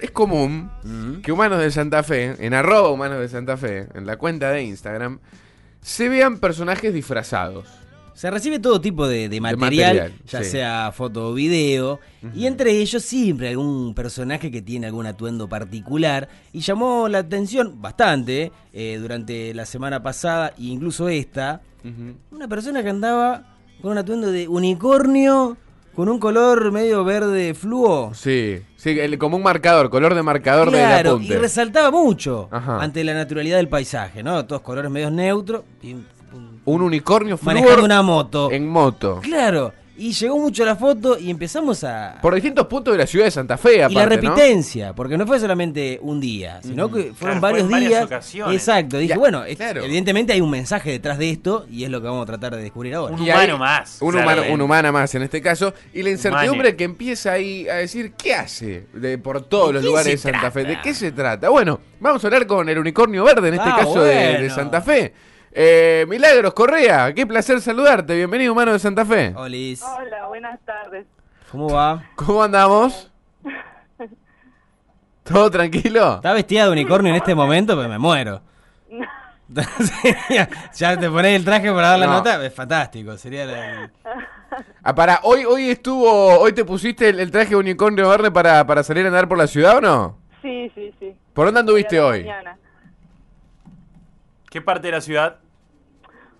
Es común que humanos de Santa Fe, en arroba humanos de Santa Fe, en la cuenta de Instagram, se vean personajes disfrazados. Se recibe todo tipo de, de material, material, ya sí. sea foto o video, y entre ellos siempre algún personaje que tiene algún atuendo particular, y llamó la atención bastante eh, durante la semana pasada e incluso esta, una persona que andaba con un atuendo de unicornio, con un color medio verde fluo. Sí, sí, el- como un marcador, color de marcador de Claro, apunte. y resaltaba mucho Ajá. ante la naturalidad del paisaje, ¿no? Todos colores medios neutros, y un- un- Un unicornio manejando flúor una moto. en moto. Claro, y llegó mucho la foto y empezamos a... Por distintos puntos de la ciudad de Santa Fe, aparte, y la ¿no? repitencia, porque no fue solamente un día, sino que fueron Claro, fue varios en varias días. ocasiones. Exacto, dije, Ya, bueno, es- claro. evidentemente hay un mensaje detrás de esto y es lo que vamos a tratar de descubrir ahora. Un Y humano ahí- más. Un, humano, claramente. un humana más en este caso. Y la incertidumbre Humane. que empieza ahí a decir, ¿qué hace de, por todos ¿De los qué lugares se de Santa Fe? ¿De trata? qué se trata? Bueno, vamos a hablar con el unicornio verde en este Ah, caso de- de, bueno. Santa Fe. Eh, Milagros Correa, qué placer saludarte. Bienvenido, humano de Santa Fe. Olis, Hola, buenas tardes. ¿cómo va? ¿Cómo andamos? ¿Todo tranquilo? ¿Está vestida de unicornio en este momento? Pues me muero. Sería- ya te pones el traje para dar la No. nota, es fantástico, sería la- Ah, para, hoy, hoy estuvo, hoy te pusiste el, el traje de unicornio verde para, para salir a andar por la ciudad o no? Sí, sí, sí. ¿Por dónde anduviste Hola, hoy? mañana. ¿Qué parte de la ciudad?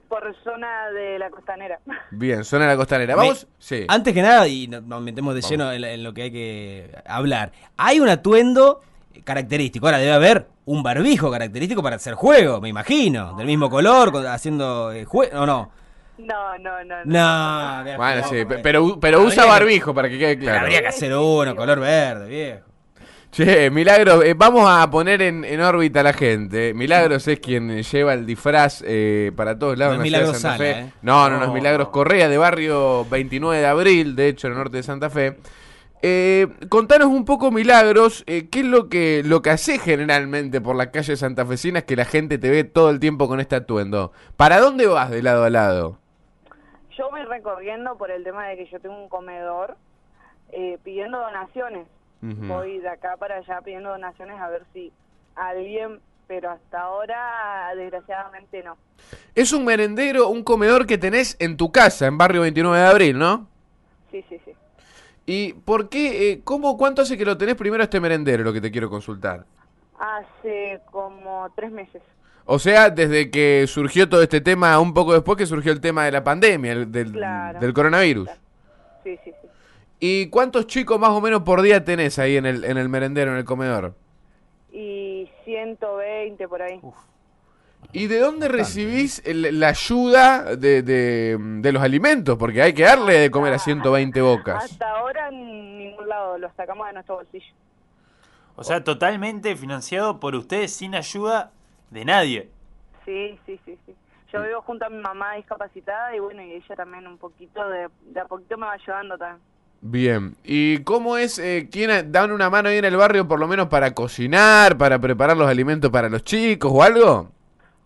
Por zona de la costanera. Bien, zona de la costanera. Vamos, Me- sí. Antes que nada, y no- nos metemos de lleno en, la- en lo que hay que hablar, hay un atuendo característico. Ahora debe haber un barbijo característico para hacer juego, me imagino. Del mismo color, con- haciendo juego. No, no. No, no, no. No, viejo, Bueno, no, sí, pe- eh. pero, pero usa Habría que- barbijo para que quede claro. Habría que hacer uno, color verde, viejo. Che, Milagros, eh, vamos a poner en, en órbita a la gente. Milagros es quien lleva el disfraz eh, para todos lados No en es la ciudad de Milagros Santa Sala, Fe. eh. No, no, no es No, Milagros no. Correa, de barrio 29 de abril, de hecho, en el norte de Santa Fe. Eh, contanos un poco, Milagros, eh, qué es lo que, lo que haces generalmente por las calles santafesinas que la gente te ve todo el tiempo con este atuendo. ¿Para dónde vas de lado a lado? Yo voy recorriendo por el tema de que yo tengo un comedor eh, pidiendo donaciones. Ujú. Voy de acá para allá pidiendo donaciones a ver si alguien, pero hasta ahora desgraciadamente no. Es un merendero, un comedor que tenés en tu casa, en barrio 29 de abril, ¿no? Sí, sí, sí. ¿Y por qué? eh, ¿Cómo? ¿Cuánto hace que lo tenés primero este merendero, lo que te quiero consultar? Hace como tres meses. O sea, desde que surgió todo este tema, un poco después que surgió el tema de la pandemia, el- del, Claro. del coronavirus. Sí, sí, sí. ¿Y cuántos chicos más o menos por día tenés ahí en el, en el merendero, en el comedor? Y 120 por ahí. ¿Y de dónde recibís el- la ayuda de, de- de los alimentos? Porque hay que darle de comer a 120 bocas. Hasta ahora en ningún lado, lo sacamos de nuestro bolsillo. O sea, totalmente financiado por ustedes sin ayuda de nadie. Sí, sí, sí, sí. Yo vivo junto a mi mamá discapacitada y bueno, y ella también un poquito, de, de a poquito me va ayudando también. Bien, ¿y cómo es? Eh, ¿Quién a- dan una mano ahí en el barrio por lo menos para cocinar, para preparar los alimentos para los chicos o algo?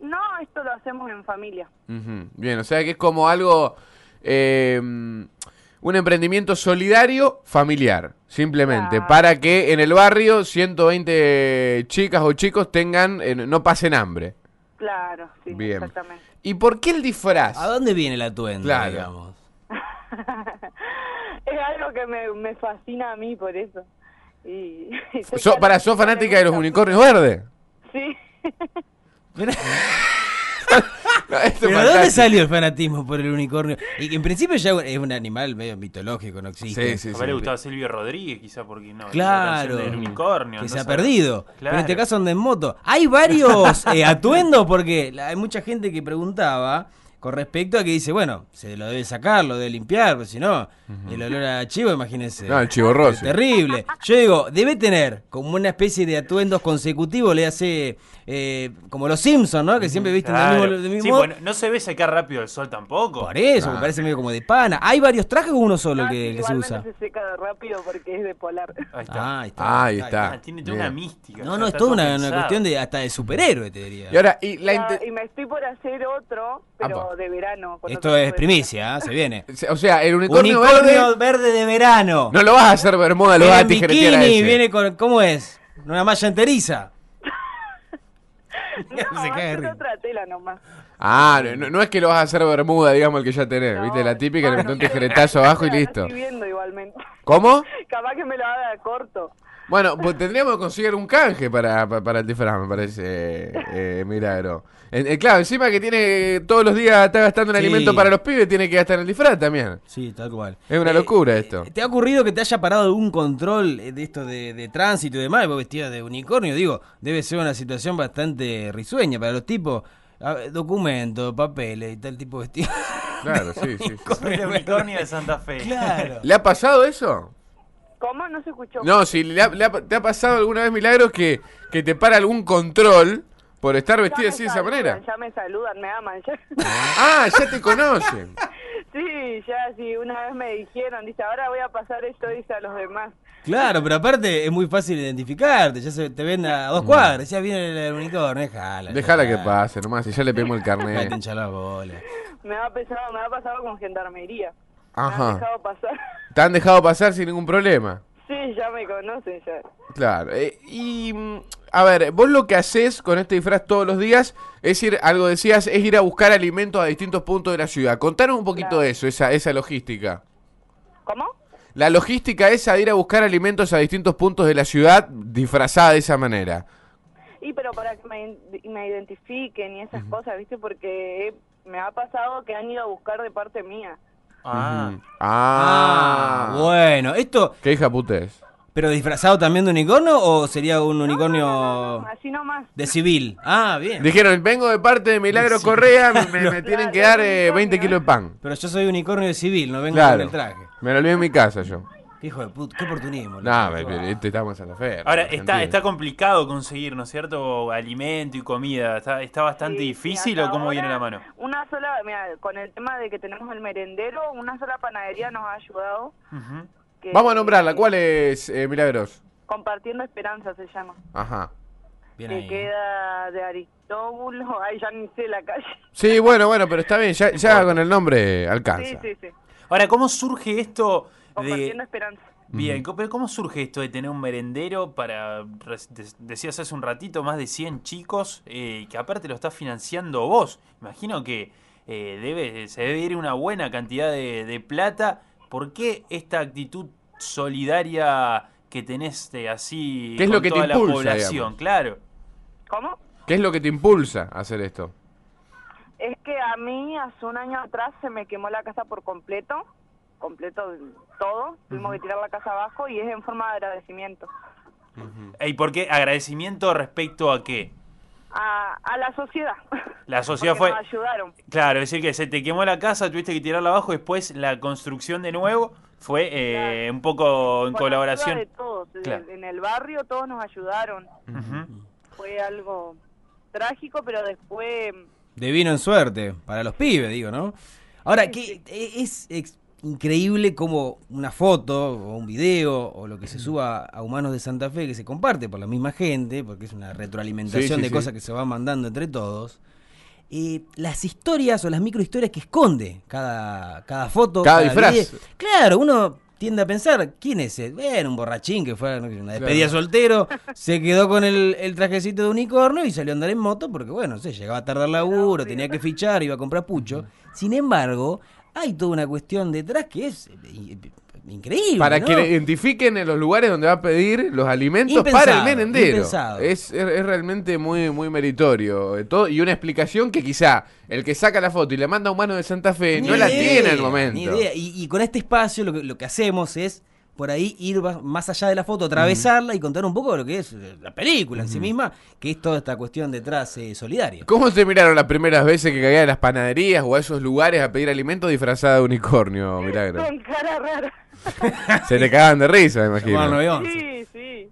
No, esto lo hacemos en familia. Ujú, Bien, o sea que es como algo, eh, un emprendimiento solidario familiar, simplemente, Claro. para que en el barrio 120 chicas o chicos tengan, eh, no pasen hambre. Claro, sí, Bien. exactamente. ¿Y por qué el disfraz? ¿A dónde viene el atuendo, Claro. digamos? Es algo que me, me fascina a mí por eso. Y, y soy So- para, ¿sos fanática fanática, me de los gusta. unicornios verdes? Sí. Pero, No, esto es ¿pero ¿dónde fantástico. salió el fanatismo por el unicornio? Y que en principio ya es un animal medio mitológico, no existe. Sí, sí, A sí. ver, le gustaba Silvio Rodríguez, quizá porque no. Claro. El unicornio. Que no se ha sabe. perdido. Pero en Claro. este caso anda en moto. Hay varios eh, atuendos porque la- hay mucha gente que preguntaba con respecto a que dice, bueno, se lo debe sacar, lo debe limpiar, porque si no, el olor a chivo, imagínense. No, el chiborroso. Terrible. Yo digo, debe tener como una especie de atuendos consecutivos, le hace eh, como los Simpsons, ¿no? Que siempre visten del Claro. mismo, del mismo Sí, bueno, no se ve sacar rápido el sol tampoco. Por eso, Claro. me parece medio como de pana. Hay varios trajes o uno solo Ah, sí, que, que se igualmente usa. se seca rápido porque es de polar. Ahí está. Ah, ahí Ah, ahí está. Ah, tiene toda Bien. una mística. No, o sea, no, es está toda todo una, una pensado. cuestión de hasta de superhéroe, te diría. Y ahora, y la Ah, inte- y me estoy por hacer otro, Apa. pero unicornio de verano. cuando Esto conozco es de- primicia, ¿ah? se viene. O sea, el unicornio, Unicornio verde. verde, de verano. No lo vas a hacer Bermuda, lo viene vas a en tijeretear a bikini, ese. viene con. ¿Cómo es? Una malla enteriza. No, Se va a cae de ser risa. otra tela nomás. Ah, no- no, no es que lo vas a hacer Bermuda, digamos, el que ya tenés. No, Eh, ¿Viste? La típica, le no, metes no, un no, tijeretazo no, abajo y la listo. Estoy viendo igualmente. ¿Cómo? Capaz que me lo haga corto. Bueno, pues tendríamos que conseguir un canje para, pa- para el disfraz, me parece, eh, eh, Milagro. Eh, eh, claro, encima que tiene todos los días está gastando en Sí. alimento para los pibes, tiene que gastar en el disfraz también. Sí, tal cual. Es una Eh, locura esto. ¿Te ha ocurrido que te haya parado algún control eh, de esto de, de tránsito y demás? y Vos vestida de unicornio, digo, debe ser una situación bastante risueña para los tipos. A ver, Documentos, papeles y tal tipo de vestido. Claro, sí, sí. sí. Soy el unicornio de Santa Fe. Claro. ¿Le ha pasado eso? ¿Cómo? No se escuchó. No, si le ha- le ha- te ha pasado alguna vez, Milagro, que, que te para algún control por estar Ya vestido me así de esa saludan, manera. Ya me saludan, me aman. ya. Ah, ya te conocen. sí, ya sí, una vez me dijeron, dice, ahora voy a pasar esto, dice a los demás. Claro, pero aparte es muy fácil identificarte. Ya se, te ven a dos cuadras. Decías, viene el, el unicornio, déjala. Mm. Déjala que déjala. pase nomás, si ya le pedimos el Dejate carnet. hinchar las bolas. Me ha pasado, me ha pasado con gendarmería. Me han Ajá. dejado pasar. Te han dejado pasar sin ningún problema. sí, ya me conocen ya. Claro. eh, y, mm, a ver, vos lo que haces con este disfraz todos los días es ir, algo decías, es ir a buscar alimentos a distintos puntos de la ciudad. Contanos un poquito Claro. de eso, esa, esa logística. ¿Cómo? La logística esa de ir a buscar alimentos a distintos puntos de la ciudad disfrazada de esa manera. Y pero para que me, in- me identifiquen y esas cosas, ¿viste? Porque he- me ha pasado que han ido a buscar de parte mía. Ah, Ujú. Ah. Ah, bueno, esto, Qué hija puta es. pero disfrazado también de unicornio o sería un unicornio No, no, así nomás. de civil. Ah, bien. Dijeron, vengo de parte de Milagro Sí. Correa, me, me- me tienen que dar Claro, eh, 20 kilos de pan. Pero yo soy unicornio de civil, no vengo con Claro. el traje. Me lo olvidé en mi casa yo. Qué hijo de puta, qué No, oportunismo. loco. Ah, me- me- este estamos en la feria. Ahora, está, está complicado conseguir, ¿no es cierto? Alimento y comida. ¿Está, está bastante Sí, sí, difícil hasta o cómo viene la ahora, mano? Una sola, mira, con el tema de que tenemos el merendero, una sola panadería nos ha ayudado. Ujú. que- Vamos a nombrarla. ¿Cuál es, eh, Milagros? Compartiendo Esperanza se llama. Ajá. Bien que ahí. queda de Aristóbulo. Ay, ya ni sé la calle. Sí, bueno, bueno, pero está bien. Ya, ya con el nombre Sí, alcanza. sí, sí. Ahora, ¿cómo surge esto Compartiendo de... Esperanza. Bien, co- pero ¿cómo surge esto de tener un merendero para, res- de- decías hace un ratito, más de 100 chicos, eh, que aparte lo estás financiando vos? Imagino que eh, debe, se debe ir una buena cantidad de, de plata. ¿Por qué esta actitud solidaria que tenés eh, así ¿Qué es lo con que te toda impulsa, la población? digamos? Claro. ¿Cómo? ¿Qué es lo que te impulsa a hacer esto? Es que a mí hace un año atrás se me quemó la casa por completo, completo todo, tuvimos que tirar la casa abajo y es en forma de agradecimiento Eh, ¿Y por qué agradecimiento respecto a qué? a, a la sociedad. La sociedad Porque fue... nos ayudaron. Claro, es decir que se te quemó la casa, tuviste que tirarla abajo, después la construcción de nuevo fue eh, un poco en Con la ayuda colaboración. de todos, de- Claro. en el barrio todos nos ayudaron. Ujú. Fue algo trágico, pero después De vino en suerte, para los pibes, digo, ¿no? Ahora, que es, ex- increíble como una foto o un video o lo que se suba a Humanos de Santa Fe, que se comparte por la misma gente, porque es una retroalimentación Sí, sí, de sí. cosas que se van mandando entre todos. eh, las historias o las microhistorias que esconde cada, cada foto. Cada disfraz. Claro, uno tiende a pensar, ¿quién es él? Bueno, un borrachín que fue a una despedida Claro. soltero, se quedó con el, el trajecito de unicornio y salió a andar en moto porque, bueno, no sé, llegaba tarde al laburo, tenía que fichar, iba a comprar pucho. Sin embargo, hay toda una cuestión detrás que es eh, i- increíble. Para ¿no? que eh, le identifiquen en los lugares donde va a pedir los alimentos Impensado, para el merendero. impensado. Es, es, es realmente muy, muy meritorio. eh, todo- y una explicación que quizá el que saca la foto y le manda a humano de Santa Fe Ni eh, no la idea, tiene en el ni momento. idea. Y, y con este espacio lo que, lo que hacemos es por ahí ir va- más allá de la foto, atravesarla y contar un poco de lo que es eh, la película en sí misma, que es toda esta cuestión detrás eh, solidaria. ¿Cómo se miraron las primeras veces que caía a las panaderías o a esos lugares a pedir alimentos disfrazada de unicornio, Milagro? con cara rara. Se te cagaban de risa, me Se llamaban imagino. 911. Sí,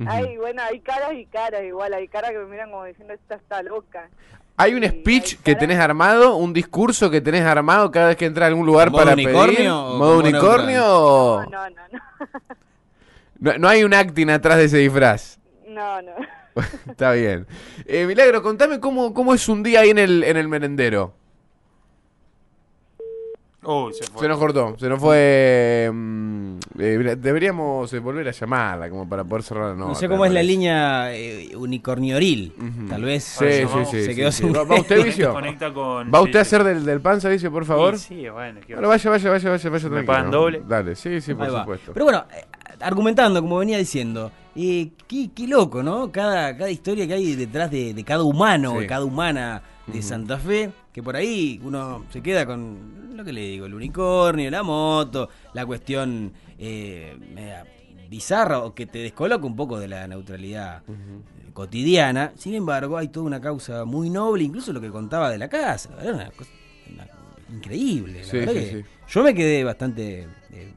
sí. Ay, bueno, hay caras y caras igual, hay caras que me miran como diciendo esta está loca. Hay un Sí, speech hay que caras- tenés armado, un discurso que tenés armado cada vez que entras a algún lugar ¿En modo para unicornio pedir. o ¿Modo como unicornio? neutral? o- Oh. No, no, no, no. No, no hay un acting atrás de ese disfraz. No, no. Está bien. Eh, Milagro, contame cómo, cómo es un día ahí en el, en el merendero. Uy, se fue. Se nos cortó, se nos fue. mm, eh, deberíamos eh, volver a llamarla como para poder cerrar la nota. No sé cómo es la parece. línea eh, unicornioril, Ujú. tal vez. Sí, Ahora sí, llamamos. sí. Se sí, quedó sí. sin- ¿Va va usted, Vicio? Conecta con- ¿Va sí, usted a sí. hacer del, del panza, Vicio, por favor? Sí, sí, bueno. qué- Bueno, vaya, vaya, vaya, vaya, vaya. ¿Me tranquilo. pagan doble? Dale, sí, sí, por Ahí va. supuesto. Pero bueno, eh, argumentando, como venía diciendo, eh, qué, qué loco, ¿no? Cada, cada historia que hay detrás de, de cada humano, Sí. de cada humana de Santa Fe, que por ahí uno se queda con lo que le digo, el unicornio, la moto, la cuestión eh, media bizarra o que te descoloca un poco de la neutralidad eh, cotidiana. Sin embargo, hay toda una causa muy noble, incluso lo que contaba de la casa, la verdad, una cosa una- increíble. la Sí, verdad sí, que sí. Yo me quedé bastante... eh,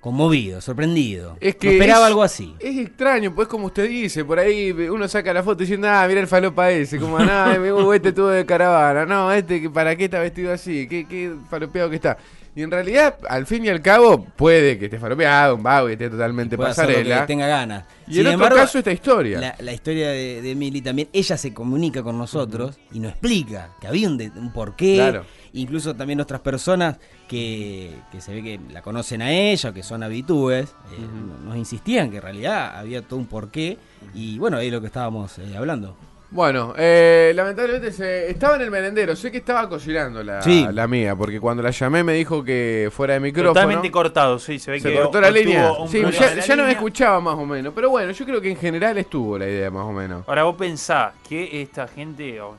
Conmovido, sorprendido. Es No que esperaba es- algo así. Es extraño, pues como usted dice, por ahí uno saca la foto diciendo, ah, mira el falopa ese, como nada, este tuvo de caravana, no, este, que- ¿para qué está vestido así? ¿Qué, qué falopeado que está? Y en realidad, al fin y al cabo, puede que esté falopeado, un vago, que esté totalmente Puede hacer lo que pasarela. tenga ganas. Y Sin en otro embargo, caso, esta historia. La, la historia de, de Emily también, ella se comunica con nosotros y nos explica que había un, de- un porqué. Claro. Incluso también otras personas que, que se ve que la conocen a ella o que son habitúes, eh, nos insistían que en realidad había todo un porqué. Y bueno, ahí es lo que estábamos eh, hablando. Bueno, eh, lamentablemente se- estaba en el merendero, sé que estaba cocinando la, Sí. la mía, porque cuando la llamé me dijo que fuera de micrófono. Totalmente cortado, sí, se ve Se que cortó la obtuvo línea. un Sí, problema ya, de la ya no me línea. escuchaba más o menos. Pero bueno, yo creo que en general estuvo la idea más o menos. Ahora vos pensás que esta gente oh,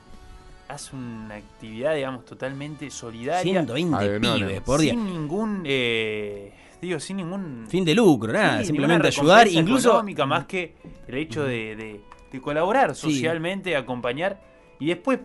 hace una actividad, digamos, totalmente solidaria. 120 Ay, no, no. pibes por día. Sin ningún. eh, digo, sin ningún. Fin de lucro, nada, Sí, Ah, simplemente ninguna ayudar. recompensa Incluso económica más que el hecho de, de- de colaborar Sí. socialmente, acompañar. Y después,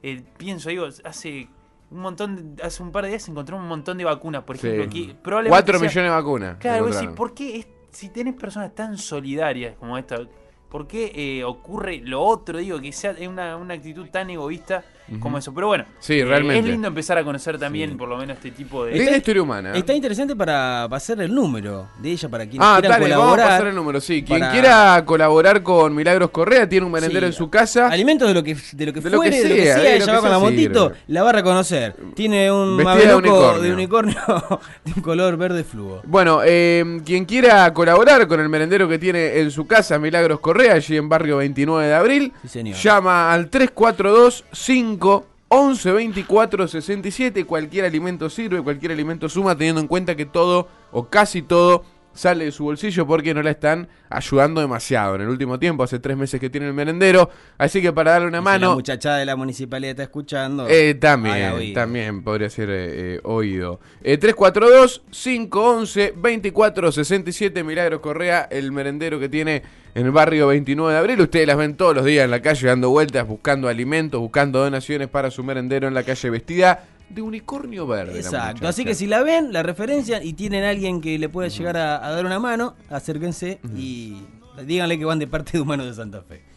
eh, pienso, digo, hace un montón. de- hace un par de días se encontró un montón de vacunas, por Sí. ejemplo, que probablemente. 4 sea- millones de vacunas. Claro, vos decís, encontraron. ¿por qué es- si tenés personas tan solidarias como esta, por qué eh, ocurre lo otro? Digo, que sea es una, una actitud tan egoísta como eso. Pero bueno, Sí, eh, es realmente. lindo empezar a conocer también, por lo menos, este tipo de. Linda Está- historia humana. ¿eh? está interesante para pasar el número de ella, para quienes Ah, quieran dale, vamos a colaborar. pasar el número. Sí, quien para- quiera colaborar con Milagros Correa tiene un merendero Sí, en su casa. Alimentos de lo que de lo que De lo que fuere, de lo que sea, sea, de lo ella que va con sea, la motito, sirve. la va a reconocer. Tiene un Vestida de mameluco de unicornio de un color verde fluo. Bueno, eh, quien quiera colaborar con el merendero que tiene en su casa, Milagros Correa, allí en barrio 29 de abril, Sí, señor. llama al 342 5 11 24 67. Cualquier alimento sirve, cualquier alimento suma, teniendo en cuenta que todo o casi todo sale de su bolsillo porque no la están ayudando demasiado. En el último tiempo, hace tres meses que tiene el merendero, así que para darle una Y si La mano. muchachada de la municipalidad está escuchando. Eh, haga también, oído. también podría ser eh, eh, oído. Eh, 342-511-2467, Milagros Correa, el merendero que tiene en el barrio 29 de abril. Ustedes las ven todos los días en la calle dando vueltas, buscando alimentos, buscando donaciones para su merendero en la calle vestida de unicornio verde. la Exacto. muchacha. Así que si la ven, la referencian y tienen alguien que le pueda llegar a, a dar una mano, acérquense y díganle que van de parte de Humanos de Santa Fe.